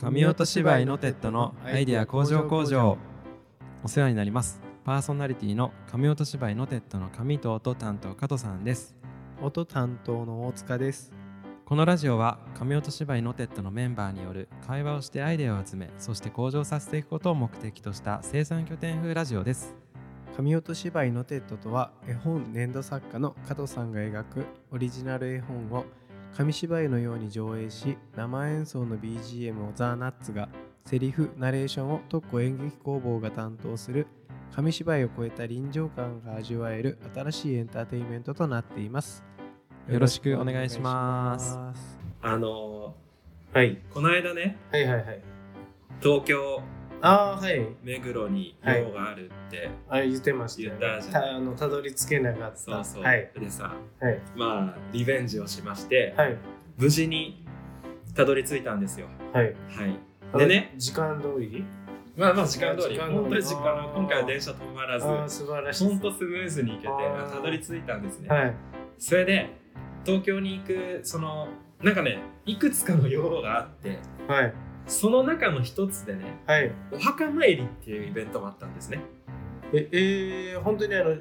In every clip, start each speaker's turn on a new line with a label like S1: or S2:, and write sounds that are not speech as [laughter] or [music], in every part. S1: 神音芝居のテッドのアイデア工場工場お世話になりますパーソナリティの神音芝居のテッドの神と音担当加藤さんです
S2: 音担当の大塚です
S1: このラジオは神音芝居のテッドのメンバーによる会話をしてアイデアを集めそして向上させていくことを目的とした生産拠点風ラジオです
S2: 神音芝居のテッドとは絵本粘土作家の加藤さんが描くオリジナル絵本を紙芝居のように上映し生演奏の BGM をザ・ナッツがセリフナレーションを特攻演劇工房が担当する紙芝居を超えた臨場感が味わえる新しいエンターテインメントとなっています
S1: よろしくお願いします
S2: よろしくお願いします
S3: あの
S2: はい
S3: ーこの間ね
S2: はいはいはい
S3: 東京
S2: ああはい
S3: 目黒に
S2: はい
S3: 用があるって、
S2: あ言ってましたよね
S3: 言ったじゃん
S2: たあのたどり着けなかった
S3: そうそう、
S2: はい
S3: でさ
S2: はい
S3: まあリベンジをしまして、
S2: はい
S3: 無事にたどり着いたんですよ
S2: はい
S3: はいでね
S2: あ時間通り
S3: まあまあ時間通り
S2: 時間通り
S3: 本当に時間
S2: あー
S3: 今回は電車止まらず
S2: ああ素晴らしいで
S3: 本
S2: す
S3: 当スムーズに行けて
S2: あー
S3: あたどり着いたんですね、
S2: はい
S3: それで東京に行くそのなんかねいくつかの用があって
S2: はい
S3: その中の一つでね
S2: はい
S3: お墓参りっていうイベントもあったんですね
S2: ええー、本当にあの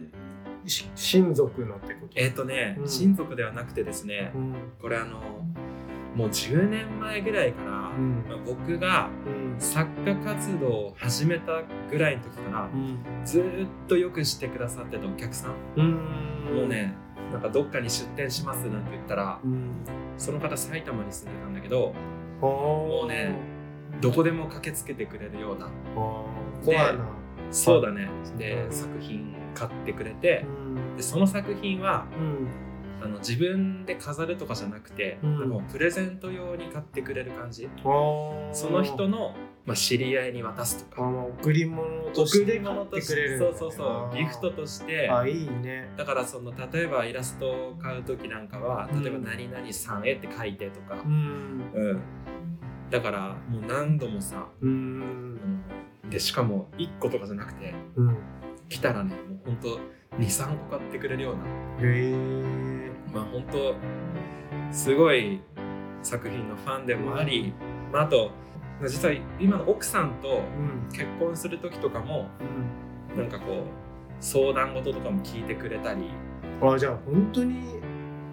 S2: し親族のってこと
S3: えっ、とね、
S2: うん
S3: 親族ではなくてですね、
S2: うん
S3: これあのもう10年前ぐらいから、
S2: ん
S3: まあ僕が
S2: うん
S3: 作家活動を始めたぐらいの時から
S2: うん
S3: ずーっとよくしてくださってたお客さん、
S2: うん
S3: もうねなんかどっかに出店しますなんて言ったら
S2: うん
S3: その方埼玉に住んでたんだけど
S2: も
S3: うねどこでも駆けつけてくれるような
S2: コアな
S3: そうだね
S2: う
S3: で
S2: ん
S3: 作品買ってくれて
S2: ん
S3: でその作品は
S2: うん
S3: あの自分で飾るとかじゃなくて、
S2: う
S3: な
S2: ん
S3: んかもうプレゼント用に買ってくれる感じ
S2: あー
S3: その人の、まあ、知り合いに渡すと
S2: あ
S3: か
S2: の贈り物として買ってくれるんだ
S3: そ
S2: ね
S3: うそうそうギフトとして
S2: あーあいいね
S3: だからその例えばイラストを買う時なんかは
S2: うん
S3: 例えば「何々さんへ」って書いてとか
S2: う、ん
S3: うんだからもう何度もさ、
S2: うん
S3: うんでしかも1個とかじゃなくて
S2: うん
S3: 来たらねもうほんと23個買ってくれるような
S2: へえ
S3: まあほんとすごい作品のファンでもあり、まあ、あと実際今の奥さんと
S2: うん
S3: 結婚する時とかも
S2: うん
S3: なんかこう相談事とかも聞いてくれたり
S2: あじゃあ本当に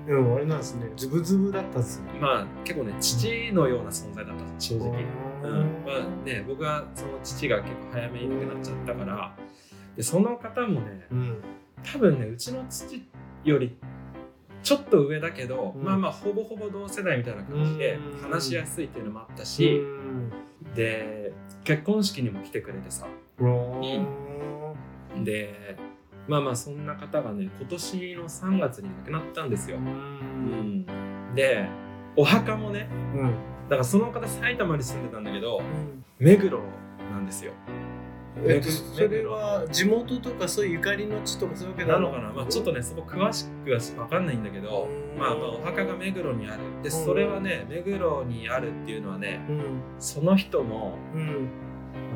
S2: うんあれなんですねズブズブだったっすね
S3: まあ結構ね父のような存在だった正直、う
S2: うん
S3: まあね、僕はその父が結構早めに亡くなっちゃったからでその方もね
S2: うん
S3: 多分ねうちの父よりちょっと上だけど、
S2: うん
S3: まあまあほぼほぼ同世代みたいな感じで
S2: うん
S3: 話しやすいっていうのもあった
S2: う
S3: し、
S2: ん
S3: で結婚式にも来てくれてさ
S2: うん
S3: でまあまあそんな方がね今年の3月に亡くなったんですよ、うんでお墓もね
S2: うん
S3: だからその方埼玉に住んでたんだけど目黒なんですよ
S2: えっとそれは地元とかそういうゆかりの地とかそういうわけ
S3: なのかな、まあ、ちょっと
S2: ね
S3: ねそこ詳しくは分かんないんだけど、まあ、まあお墓が目黒にあるでそれはね目黒にあるっていうのはね
S2: うん
S3: その人の
S2: うん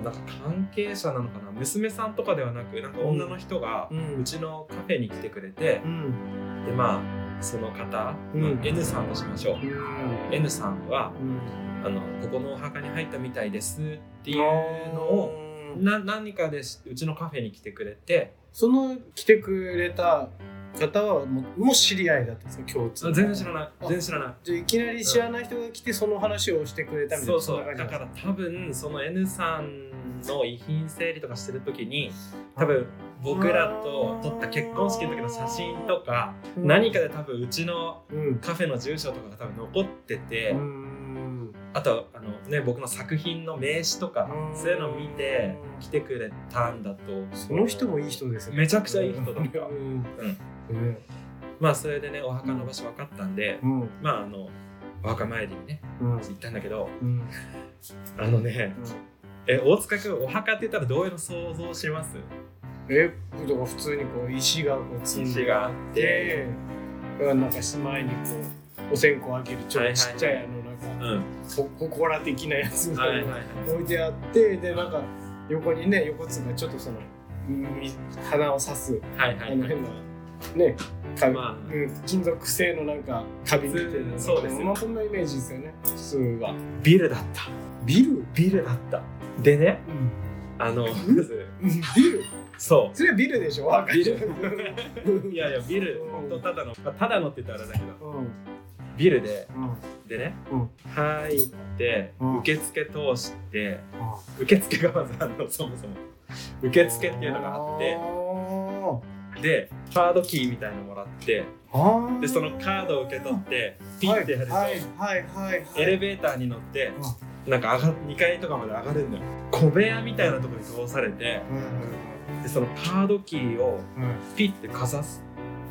S3: なんか関係者なのかな娘さんとかではなくなんか女の人が
S2: う
S3: うんちのカフェに来てくれて
S2: う、ん
S3: でまあその方、
S2: うん
S3: まあ N さんとしましょう、
S2: う
S3: N さんは
S2: ん
S3: あの「ここのお墓に入ったみたいです」っていうのをな何かでしうちのカフェに来てくれて
S2: その来てくれた方はもうもう知り合いだったんですか共通
S3: 全然
S2: の
S3: 知らない全然知らない。
S2: じゃあいきなり知らない人が来てその話をしてくれたみたい
S3: そ
S2: な
S3: うそう
S2: そんな
S3: だ
S2: 感じ
S3: か
S2: なん
S3: ら多分その N さんの遺品整理とかしてる時に多分僕らと撮った結婚式の時の写真とか
S2: ですか
S3: 何かで多分うちの
S2: うん
S3: カフェの住所とかが多分残ってて
S2: うん
S3: あとあのね僕の作品の名刺とか
S2: うん
S3: そういうのを見て来てくれたんだと
S2: その人もいい人ですよね
S3: めちゃくちゃいい人だった
S2: うんうん
S3: まあそれでねお墓の場所分かったんで
S2: うん
S3: まああのお墓参りにね
S2: うん
S3: 行ったんだけど
S2: うん
S3: あのねえ大塚君お墓って言ったらどういうの想像します
S2: えだから普通にこう石がこう積ん
S3: 石
S2: であ
S3: があっ、
S2: っててなんか前にこうお線香あげるちょっとちっちゃいあのなん
S3: う
S2: か
S3: ん、
S2: ほほこら的なやつみたいな
S3: はい、
S2: 置いてあってでなんか横にね横つがちょっとそのみ鼻を刺す
S3: はい
S2: あ
S3: は
S2: の
S3: いはい
S2: 変なね紙、
S3: まあ
S2: うん金属製のなんかカビみたい
S3: 普
S2: な
S3: 通そうですよ
S2: まあそんなイメージですよね普通は
S3: ビルだった
S2: ビル
S3: ビルだったでねあのまず
S2: ビル
S3: そ
S2: それはビルでしょわか
S3: ビル
S2: る
S3: ういやいやビルほんとただの、まあ、ただのって言ったらあれだけど
S2: うんうん
S3: ビルで
S2: うん
S3: でね
S2: うん
S3: 入って
S2: うん
S3: 受付通して受付がまずあのそもそも受付っていうのがあってでカードキーみたいのもらって
S2: あ
S3: でそのカードを受け取ってピッてやると、
S2: はいはいはいはい
S3: エレベーターに乗ってなんか上が2階とかまで上がれるんだよ小部屋みたいなとこに通されて
S2: うん
S3: でそのカードキーを
S2: うん
S3: ピッてかざす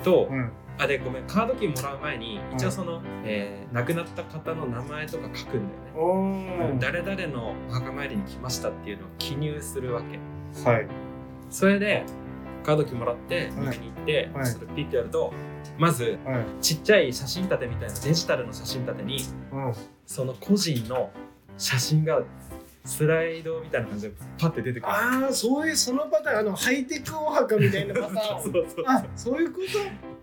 S3: と、
S2: うん
S3: あでごめんカードキーもらう前に一応その、えー亡くなった方の名前とか書くんだよね、
S2: うんおー
S3: 誰々のお墓参りに来ましたっていうのを記入するわけ
S2: はい
S3: それでカードキーもらって
S2: はい
S3: 見に行って、
S2: はい
S3: それピッてやるとまず
S2: はい
S3: ちっちゃい写真立てみたいなデジタルの写真立てに
S2: うん
S3: その個人の写真がスライドみたいな感じでパッて出てくる。
S2: ああそういうそのパターンあのハイテクお墓みたいなパターン
S3: そうそう
S2: あそういうこ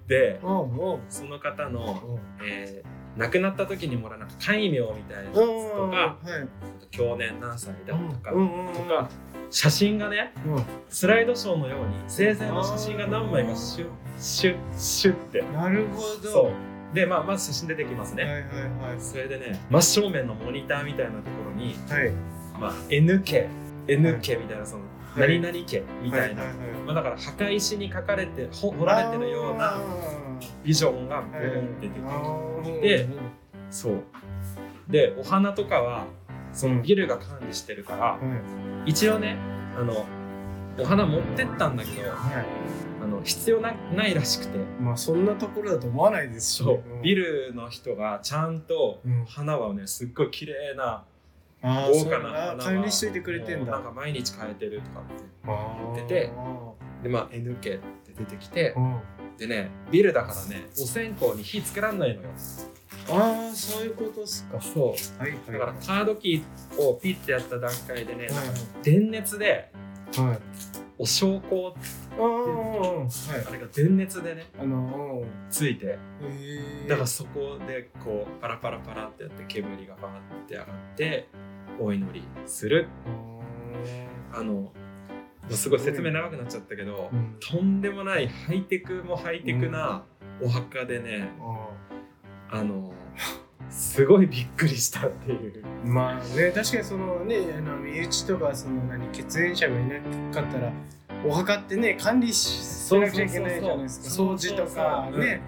S3: で
S2: とうんうん
S3: その方の、
S2: うん
S3: えー亡くなった時にもらうなんか戒名みたいなやつ
S2: うん
S3: と
S2: は
S3: か
S2: い
S3: あと去年何歳だとか、
S2: うんうんうん
S3: とか写真がね
S2: う
S3: スライドショーのように生前の写真が何枚かシュッシュッシュッって
S2: んなるほど
S3: そうでまあまず写真出てきます
S2: はい
S3: ね、
S2: はいはい
S3: それでね真正面のモニターみたいなところに
S2: はい
S3: まあ、N 家 N 家みたいなその、
S2: はい
S3: 何々家みたいな、
S2: ははは
S3: まあ、だから墓石に書かれてほ彫られてるようなビジョンがボ
S2: あ
S3: ーンって出てくる、
S2: ー
S3: で
S2: うん
S3: そうでお花とかはそのビルが管理してるから、
S2: うん
S3: 一応ねあのお花持ってったんだけど
S2: はい
S3: あの必要なないらしくて
S2: まあそんなところだと思わないですしね
S3: そう、
S2: ん
S3: ビルの人がちゃんと
S2: うん
S3: 花はねすっごい綺麗な
S2: あー
S3: 豪華な
S2: そう
S3: 花
S2: あ
S3: は
S2: 管理しといてくれてん
S3: も
S2: だ
S3: うなんか毎日変えてるとかって
S2: 持
S3: っててでまあ N 家って出てきて、
S2: うん
S3: でねビルだからねお線香に火つけらんないのよ
S2: ああそういうことっすか
S3: そう
S2: はいはい
S3: だからカードキーをピッてやった段階でね、
S2: はい
S3: 電熱で
S2: はい
S3: お焼香
S2: ああはい
S3: あれが電熱でね
S2: あの
S3: ついて
S2: ーえー
S3: だからそこでこうパラパラパラってやって煙がバーって上がってお祈りするあのもうすごい説明長くなっちゃったけど、
S2: うん
S3: とんでもないハイテクもハイテクなお墓でね、
S2: あ
S3: あのすごいびっくりしたって
S2: [laughs]
S3: いう。
S2: ーまあね確かにそのねあの身内とかその何血縁者がいなかったらお墓ってね管理ししなくちゃいけないじゃないですか掃除とかね、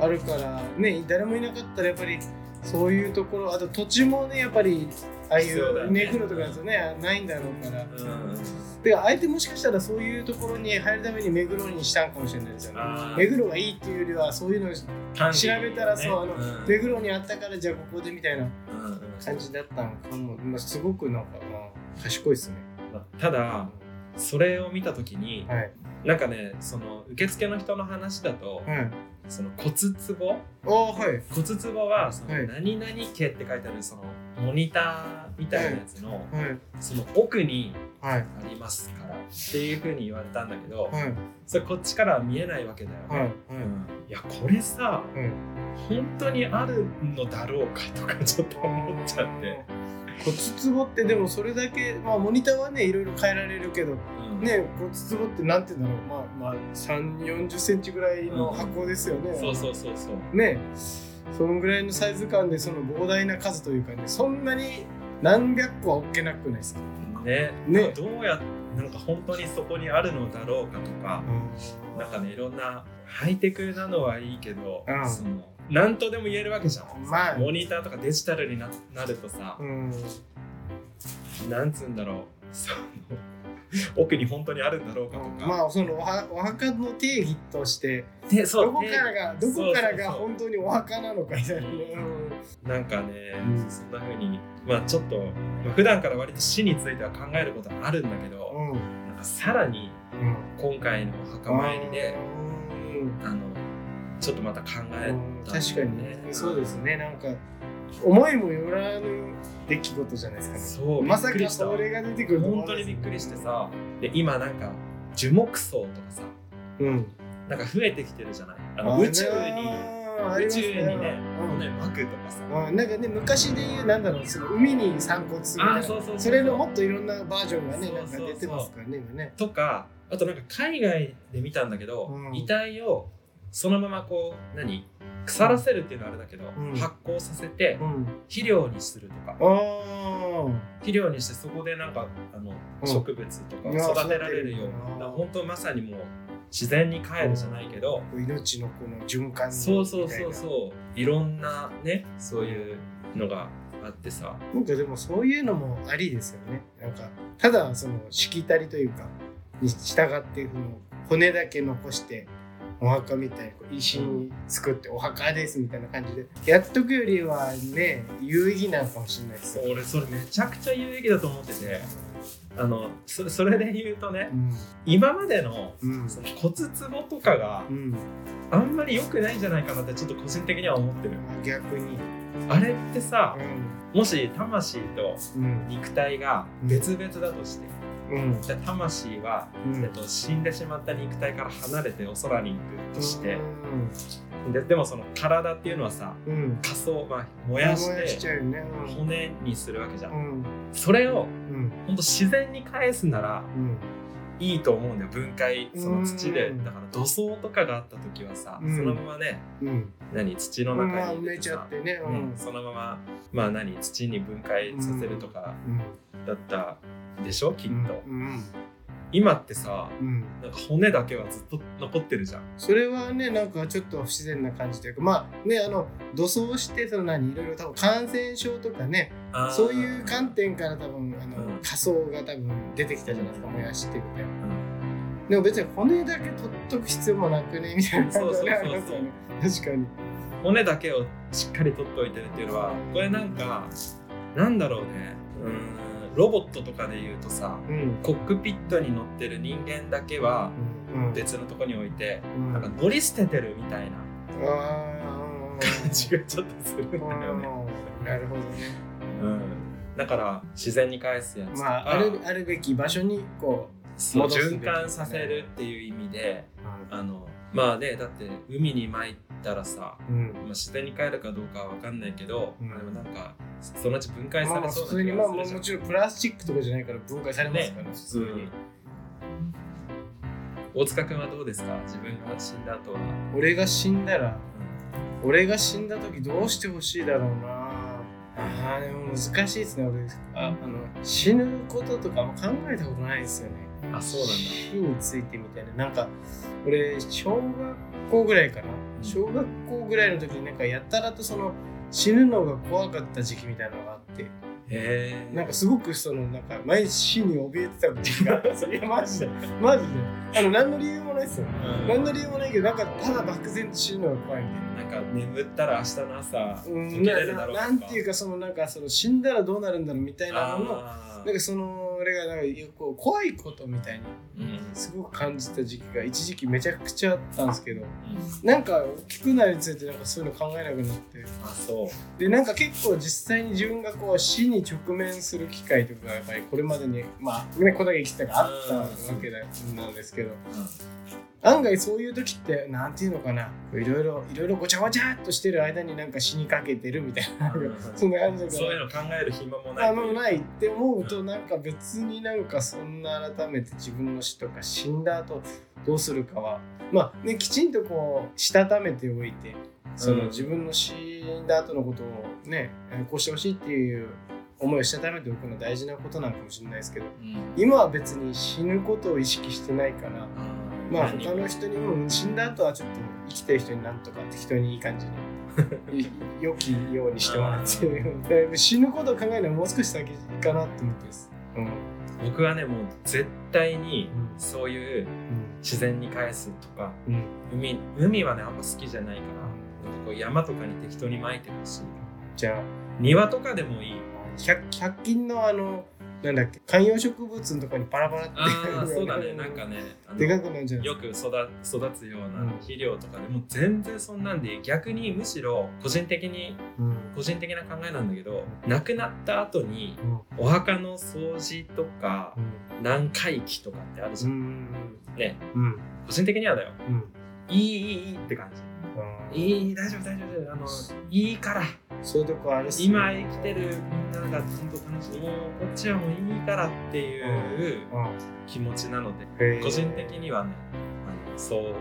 S2: あるからね誰もいなかったらやっぱりそういうところあと土地もねやっぱりああい
S3: 必要だよ
S2: う
S3: ね
S2: ネクロとかだとねないんだろうから
S3: うんうんうん
S2: であえてもしかしたらそういうところに入るために目黒にしたんかもしれないですよね
S3: あー
S2: 目黒がいいっていうよりはそういうのを調
S3: 管理
S2: べたらそうあの、
S3: ん
S2: 目黒にあったからじゃあここでみたいな
S3: うんうん
S2: 感じだったのかも、まあ、すごくなんかまあ賢いですね
S3: ただそれを見た時に
S2: はい
S3: なんかねその受付の人の話だと、
S2: はい
S3: その骨壺
S2: ああはい
S3: 骨壺はその
S2: はい
S3: 何々家って書いてあるそのモニターみたいなやつの、
S2: はい
S3: その奥に
S2: はい
S3: ありますからっていうふうに言われたんだけど、
S2: はい
S3: それこっちからは見えないわけだよね、
S2: はい
S3: うんいやこれさ
S2: はいはい
S3: 本当にあるのだろうかとかちょっと思っちゃって、
S2: 骨つぼってでもそれだけまあモニターはねいろいろ変えられるけど
S3: うん
S2: ね骨つぼってなんて言うんだろうまあまあ3 4 0センチぐらいの箱ですよね、
S3: そうそうそうそう
S2: ねそのぐらいのサイズ感でその膨大な数というかねそんなに何百個は置けなくないですか、
S3: ね
S2: ね
S3: どうやなんか本当にそこにあるのだろうかとかなんかねいろんなハイテクなのはいいけど、
S2: うん
S3: その何とでも言えるわけじゃん、
S2: まあ
S3: モニターとかデジタルにななるとさ
S2: う、ん
S3: なんつうんだろうその奥に本当にあるんだろうかとか、
S2: まあそのおはお墓の定義として
S3: でそう
S2: どこからがどこか
S3: そうそ
S2: らが
S3: うそう
S2: 本当にお墓なのかみたいなね、
S3: なんかね、
S2: うん
S3: そんな風にまあちょっと、まあ、普段から割と死については考えることはあるんだけど、
S2: うんうん
S3: なんかさらに
S2: うん
S3: 今回のお墓参りで、
S2: うん
S3: あのちょっとまた考え
S2: うん
S3: たんだよ
S2: 確かにねそうですねなんか思いもよらぬ出来事じゃないですかね
S3: そう
S2: ま
S3: び
S2: さ
S3: っく
S2: か
S3: りした
S2: それが出てくると思
S3: 本
S2: わな
S3: 当
S2: い
S3: にびっくりして
S2: です
S3: さで今なんか樹木葬とかさ
S2: うん
S3: なんか増えてきてるじゃないあ
S2: あ
S3: の
S2: ー
S3: 宇宙に
S2: あ
S3: 宇
S2: ります
S3: 宙にね、
S2: うん
S3: 骨巻くとかさ。
S2: うんなんかね昔で言うなんだろうその海に散骨するみ
S3: あ
S2: た
S3: あ、
S2: いな
S3: そうそうう
S2: それのもっといろんなバージョンがね
S3: そう
S2: な
S3: そ
S2: ん
S3: う
S2: か
S3: そう
S2: 出てますからね今ね
S3: とかあとなんか海外で見たんだけど、
S2: うん
S3: 遺体をそのままこう何腐らせるっていうのはあれだけど、
S2: うん
S3: 発酵させて
S2: うん
S3: 肥料にするとか、
S2: あ
S3: 肥料にしてそこでなんかあの、
S2: うん
S3: 植物と
S2: い
S3: か
S2: や
S3: 育てられるよう
S2: 育てる
S3: な
S2: よ
S3: だから本当まさにもう自然に帰るじゃないけど、
S2: あ命のこの循環
S3: そうそう
S2: みたい
S3: そ
S2: な
S3: うそういろんなねそういうのがあってさ
S2: なんかでもそういうのもありですよね。なんかただそのしきたりというかに従ってその骨だけ残してお墓みたいにこう石に作ってお墓ですみたいな感じでやっとくよりはね有意義なのかもしれないですよ。
S3: 俺それめちゃくちゃ有益だと思っててあのそそれで言うとね
S2: うん
S3: 今までの
S2: うん
S3: その骨つぼとかが
S2: うん、
S3: あんまり良くないんじゃないかなってちょっと個人的には思ってる
S2: 逆に、
S3: あれってさ
S2: うん
S3: もし魂と
S2: うん
S3: 肉体が別々だとして
S2: うん
S3: じゃあ魂は、
S2: うん
S3: えっと、死んでしまった肉体から離れてお空に行くとして
S2: うん
S3: ででもその体っていうのはさ
S2: うん、
S3: 仮想、まあ、燃やし
S2: 燃やしてちゃうよね。
S3: 骨にするわけじゃ
S2: うんん
S3: それを
S2: うん
S3: ほんと自然に返すなら
S2: うん
S3: いいと思うんだよ分解その土で
S2: うん
S3: だから土葬とかがあった時はさ
S2: うん
S3: そのままね
S2: うん、
S3: 何土
S2: う
S3: の
S2: ん、ま
S3: 中
S2: あ
S3: に
S2: 埋
S3: 入れ
S2: め
S3: て
S2: ちゃ
S3: さ
S2: ってね。う
S3: ね
S2: ん、
S3: そのまま、まあ何、土に分解させるとか
S2: うん、
S3: だったでしょ、きっと。
S2: うん、
S3: 今ってさ、
S2: うん。
S3: なんか骨だけはずっと残ってるじゃん。
S2: それはねなんかちょっと不自然な感じというかまあねあの土葬してその何いろいろ多分感染症とかねそういう観点から多分あの、
S3: うん
S2: 仮想が多分出てきたじゃないですか
S3: うん
S2: 燃やしてみたいな、
S3: ん
S2: でも別に骨だけ取っとく必要もなくねみたいな感じはね
S3: そう
S2: あ
S3: そうそうそう
S2: りますよね確かに
S3: 骨だけをしっかり取っておいてるっていうのは、これなんか、なんだろうね、うーん、ロボットとかで言うとさ、
S2: うん
S3: コックピットに乗ってる人間だけは
S2: うん
S3: 別のとこに置いて、
S2: うん
S3: なんか乗り捨ててるみたいな [laughs]
S2: あ
S3: 感
S2: ー
S3: じがちょっとするんだ
S2: うん
S3: よね。
S2: なるほどね
S3: うん、だから自然に返すやつとか、
S2: まああるあるべき場所にこ
S3: そう
S2: 戻すべき
S3: 循環させるっていう意味で
S2: う
S3: あのまあねだって海に撒いたらさ、
S2: うん
S3: まあ、自然に帰るかどうかは分かんないけど、
S2: うん
S3: でもなんかそのうち分解
S2: ま
S3: さ
S2: あま
S3: れ
S2: あ
S3: そうな
S2: 普通に
S3: 気
S2: ま
S3: が
S2: あ
S3: す
S2: も
S3: るじゃん、
S2: もちろんプラスチックとかじゃないから分解されますからね普通に、
S3: うん大塚君はどうですか自分が死んだ後は、
S2: 俺が死んだら俺が死んだ時どうしてほしいだろうなあーでも難しいですね俺ああの死ぬこととかあんま考えたことないですよね
S3: うんあそうなんだ
S2: 死についてみたいななんか俺小学校ぐらいかな小学校ぐらいの時になんかやたらとその死ぬのが怖かった時期みたいなのがあって
S3: へえ
S2: なんかすごくそのなんか毎日死に怯えてた時期があったんですよいやマジでマジであの何の理由もないですよ
S3: うん
S2: 何の理由もないけどなんかただ漠然と死ぬのが怖いみたいな
S3: なんか眠ったら明日の朝
S2: うん
S3: 起きれるだ
S2: な
S3: ろう
S2: なんていう
S3: か
S2: かそのなんかその死んだらどうなるんだろうみたいなのの
S3: あー
S2: なんかその俺がなんかよく怖いことみたいに
S3: うんうん
S2: すごく感じた時期が一時期めちゃくちゃあったんですけどなんか大きくなるにつれてなんかそういうの考えなくなって
S3: あそう
S2: でなんか結構実際に自分がこう死に直面する機会とかがやっぱりこれまでにまあねこれだけ生きてたからあったわけだなんですけど案外そういう時ってなんていうのかないろいろいろいろごちゃごちゃっとしてる間になんか死にかけてるみたいな
S3: うん
S2: [laughs] そんな感じだから
S3: そういうの考える暇もない
S2: あもうないって思うとなんか別になんかそんな改めて自分の死とか死んだ後どうするかはまあねきちんとこうしたためておいてその
S3: うん
S2: 自分の死んだ後のことをねえーこうしてほしいっていう思いをしたためておくのは大事なことなのかもしれないですけど
S3: うん
S2: 今は別に死ぬことを意識してないからまあ
S3: 何
S2: 他の人にも死んだ後はちょっと生きてる人になんとか適当にいい感じにい良きようにしてもらってるよだいぶ死ぬことを考えるのはもう少し先かなって思ってます。うん
S3: 僕はねもう絶対にそういう自然に返すとか
S2: うんうん
S3: 海海はねあんま好きじゃないからこう山とかに適当に撒いてほしい
S2: じゃあ
S3: 庭とかでもいい
S2: 100, 100均のあのなんだっけ観葉植物のとこにパラパラって
S3: [laughs] ああそうだねなんかねあの
S2: でかくなるんじゃない
S3: よく育育つよう
S2: うん
S3: な肥料とかでもう全然そんなんで逆にむしろ個人的に
S2: うん
S3: 個人的な考えなんだけど亡くなった後に
S2: うん
S3: お墓の掃除とか
S2: うん
S3: 何回忌とかってあるじゃん、
S2: うん
S3: ね
S2: うん
S3: 個人的にはだよ
S2: うん
S3: いいいいいいって感じ
S2: あ
S3: いい大丈夫大丈夫あのいいから
S2: そういうとこあるっすね
S3: 今生きてるみんながちゃんと楽しいもうこっちはもういいからっていう
S2: うん
S3: 気持ちなので
S2: へー
S3: 個人的にはねあのそう思うね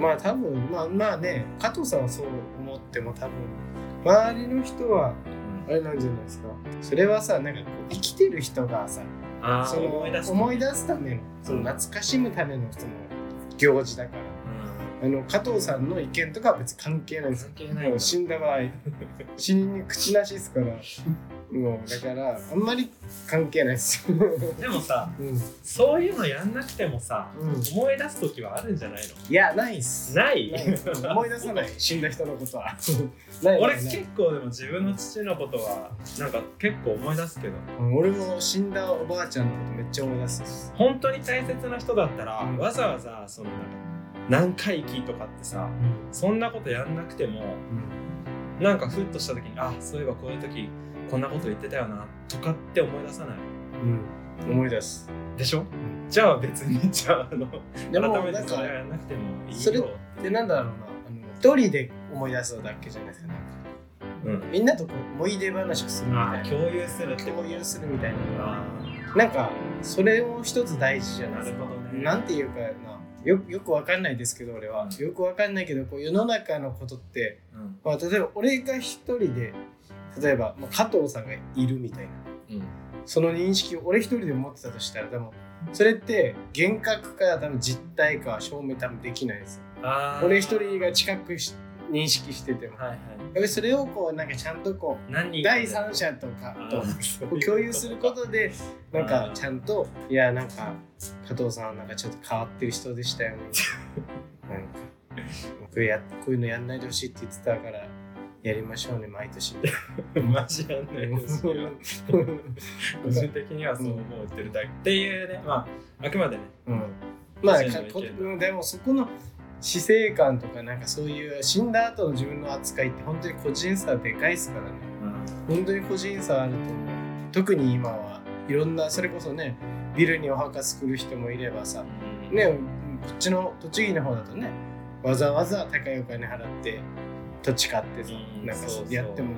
S2: まあ多分まあまあね加藤さんはそう思っても多分周りの人はあれなんじゃないですかそれはさなんかこう生きてる人がさ
S3: ああ
S2: その
S3: 思い出す
S2: 思い出すためのその懐かしむためのその行事だから
S3: うん
S2: あの加藤さんの意見とかは別に関係ないです
S3: 関係ない
S2: も
S3: わ
S2: う死んだ
S3: [laughs]
S2: 場合死に口なしですからもうだからあんまり関係ないですよ、
S3: でもさ
S2: うん
S3: そういうのやんなくてもさ
S2: うん、
S3: 思い出す時はあるんじゃないの
S2: いやないっす
S3: ない
S2: ないっす思い出さない死んだ人のこ
S3: [laughs]
S2: とはない
S3: 俺
S2: ないない
S3: 結構でも自分の父のことはなんか結構思い出すけど
S2: うん俺も死んだおばあちゃんのことめっちゃ思い出すっす
S3: 本当に大切な人だったら、わざわざそのなんか何回忌とかってさ
S2: うん
S3: そんなことやんなくてもなんかふっとした時にあそういえばこういう時こんなこと言ってたよなとかって思い出さない
S2: うん思い出す
S3: でしょ、
S2: ん
S3: じゃあ別にじゃああの
S2: でも
S3: 改め
S2: な
S3: て
S2: ん
S3: そ
S2: か
S3: れはやんなくてもいいよ
S2: それでなんだろうなあの一人で思い出すだけじゃないですかね
S3: うん、
S2: みんなとこう思い出話をするみ
S3: あ
S2: たいな
S3: 共有するってこと
S2: 共有するみたいな
S3: あ
S2: なんかそれも一つ大事じゃ
S3: ー
S2: な
S3: ない
S2: で
S3: る
S2: すか
S3: ほどね
S2: なんていうかなよよくわかんないですけど俺はよくわかんないけどこう世の中のことって、
S3: うん
S2: まあ、例えば俺が一人で例えば、まあ、加藤さんがいるみたいな
S3: うん
S2: その認識を俺一人で持ってたとしたら多分それって幻覚か多分実体かは証明多分できないです
S3: あー
S2: 俺一人が近くし認識してても
S3: はいはい
S2: やっぱりそれをこうなんかちゃんとこ
S3: 何
S2: う
S3: 人
S2: 第三
S3: [laughs]
S2: 者とかとこう共有することでなんかちゃんと「いやなんか加藤さんなんかちょっと変わってる人でしたよね」なんか僕やこういうのやんないでほしいって言ってたからやりましょうね
S3: [laughs]
S2: 毎年」
S3: とマジやんないでほしい
S2: [laughs]
S3: わ個人的にはそう思うってるだけ、っていうねまああくまでね
S2: うんま
S3: 個
S2: あ
S3: 人
S2: か
S3: の意見だ
S2: こでもそこの死生観とかなんかそういう死んだ後の自分の扱いって本当に個人差でかいですからね本当に個人差あると思う特に今はいろんなそれこそねビルにお墓作る人もいればさ
S3: うん
S2: ねこっちの栃木の方だとねわざわざ高いお金払って土地買ってさ
S3: うん
S2: なんか
S3: そうそう
S2: やっても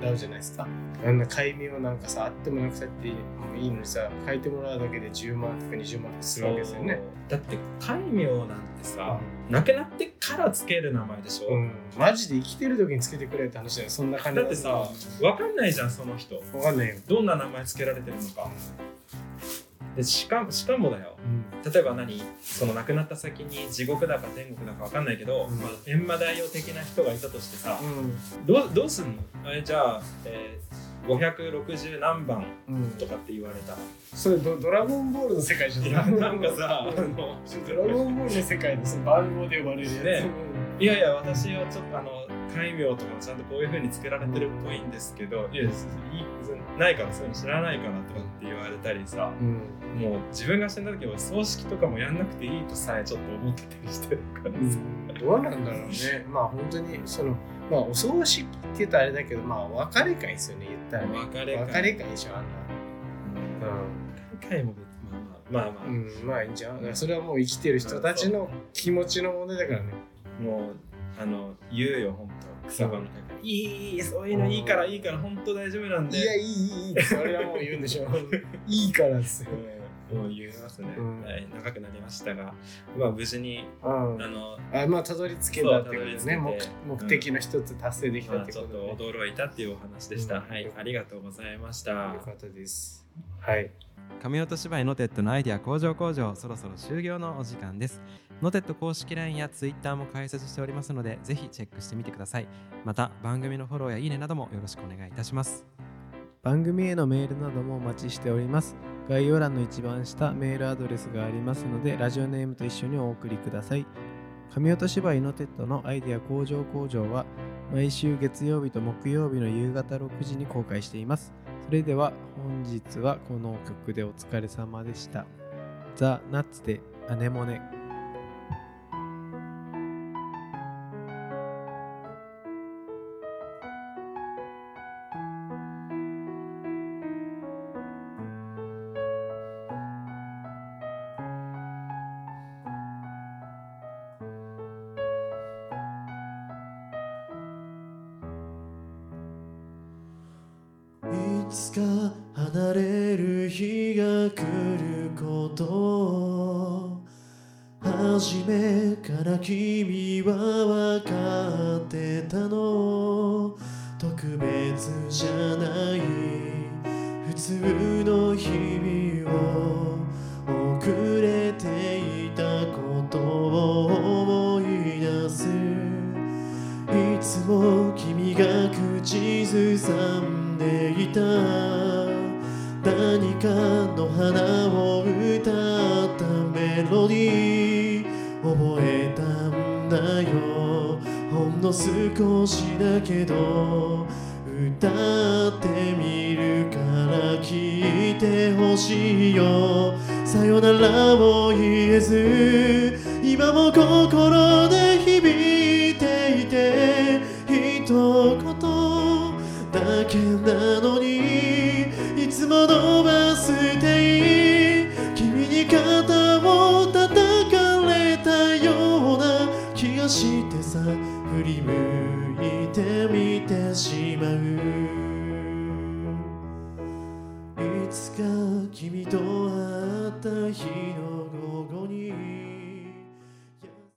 S2: らうじゃないですかあんな買い身をなんかさあってもなくたっていいのにさ書いてもらうだけで10万とか20万とかするわけですよね
S3: だって戒名なんてさ、なくなってからつける名前でしょ、
S2: うん、マジで生きてる時につけてくれって話だよそんな感じ
S3: だってさ分かんないじゃんその人
S2: わかんないよ、
S3: どんな名前つけられてるのかでしかもしかもだよ例えば何その亡くなった先に地獄だか天国だか分かんないけど、
S2: うん
S3: まあ、閻魔大王的な人がいたとしてさ、
S2: うん
S3: どうどうすんのえじゃあ、えー、560何番
S2: うん
S3: とかって言われた
S2: それドドラゴンボールの世界じ
S3: い
S2: ゃ
S3: や [laughs] なんかさあの
S2: ドラゴンボールの世界でその番号で呼ばれるやつ、
S3: ねいやいや私はちょっとあの戒名とかもちゃんとこういうふうにつけられてるっぽいんですけど、いやいいないからそういうの知らないからとかって言われたりさ
S2: うん
S3: もう自分が死んだ時は葬式とかもやんなくていいとさえちょっと思ってたりしてるから
S2: う
S3: さ、
S2: ん、どうなんだろうねまあ本当にそのまあお葬式って言うとあれだけどまあお別れ会ですよね言ったらね
S3: お別れ会
S2: 別れ会でしょあんな
S3: 戒も別まあまあまあまあ、
S2: うん、うん、まあいいんじゃんだからそれはもう生きてる人たちの気持ちの問題だからね
S3: もうあの言うよ本当草場の中に、いいいいそういうのいいからいいから本当大丈夫なんで
S2: いやいいいいいいって俺はもう言うんでしょいいからっすよ
S3: うんもう言いますね、
S2: うん
S3: はい長くなりましたが、まあ、無事に
S2: うん
S3: あの
S2: あまあたどり着けたって
S3: そうた
S2: こ
S3: ど
S2: と
S3: り
S2: で
S3: 着
S2: す
S3: けて
S2: ね目目的の一つ達成できた
S3: ま
S2: っ
S3: あ、
S2: て
S3: ち
S2: こ
S3: ょっ
S2: とで、
S3: と驚いたっていうお話でした、
S2: うん
S3: はいありがとうございました、
S2: よかったですはい
S1: 神音芝居ノテッドのアイデア工場工場そろそろ終了のお時間ですノテッド公式 LINE や Twitter も開設しておりますのでぜひチェックしてみてくださいまた番組のフォローやいいねなどもよろしくお願いいたします
S4: 番組へのメールなどもお待ちしております概要欄の一番下メールアドレスがありますのでラジオネームと一緒にお送りください神音芝居のテッドのアイデア工場工場は毎週月曜日と木曜日の夕方6時に公開していますそれでは本日はこの曲でお疲れ様でしたザ・ナッツでアネモネ
S5: 「つか離れる日が来ることを初めから君は分かってたの特別じゃない普通の日々を遅れていたことを思い出すいつも君が口ずさんでいた何かの花を歌ったメロディー覚えたんだよほんの少しだけど歌ってみるから聞いてほしいよさよならも言えず今も心で響いていて一言だけなのにいつも伸ばしていい君に肩を叩かれたような気がしてさ振り向いてみてしまういつか君と会った日の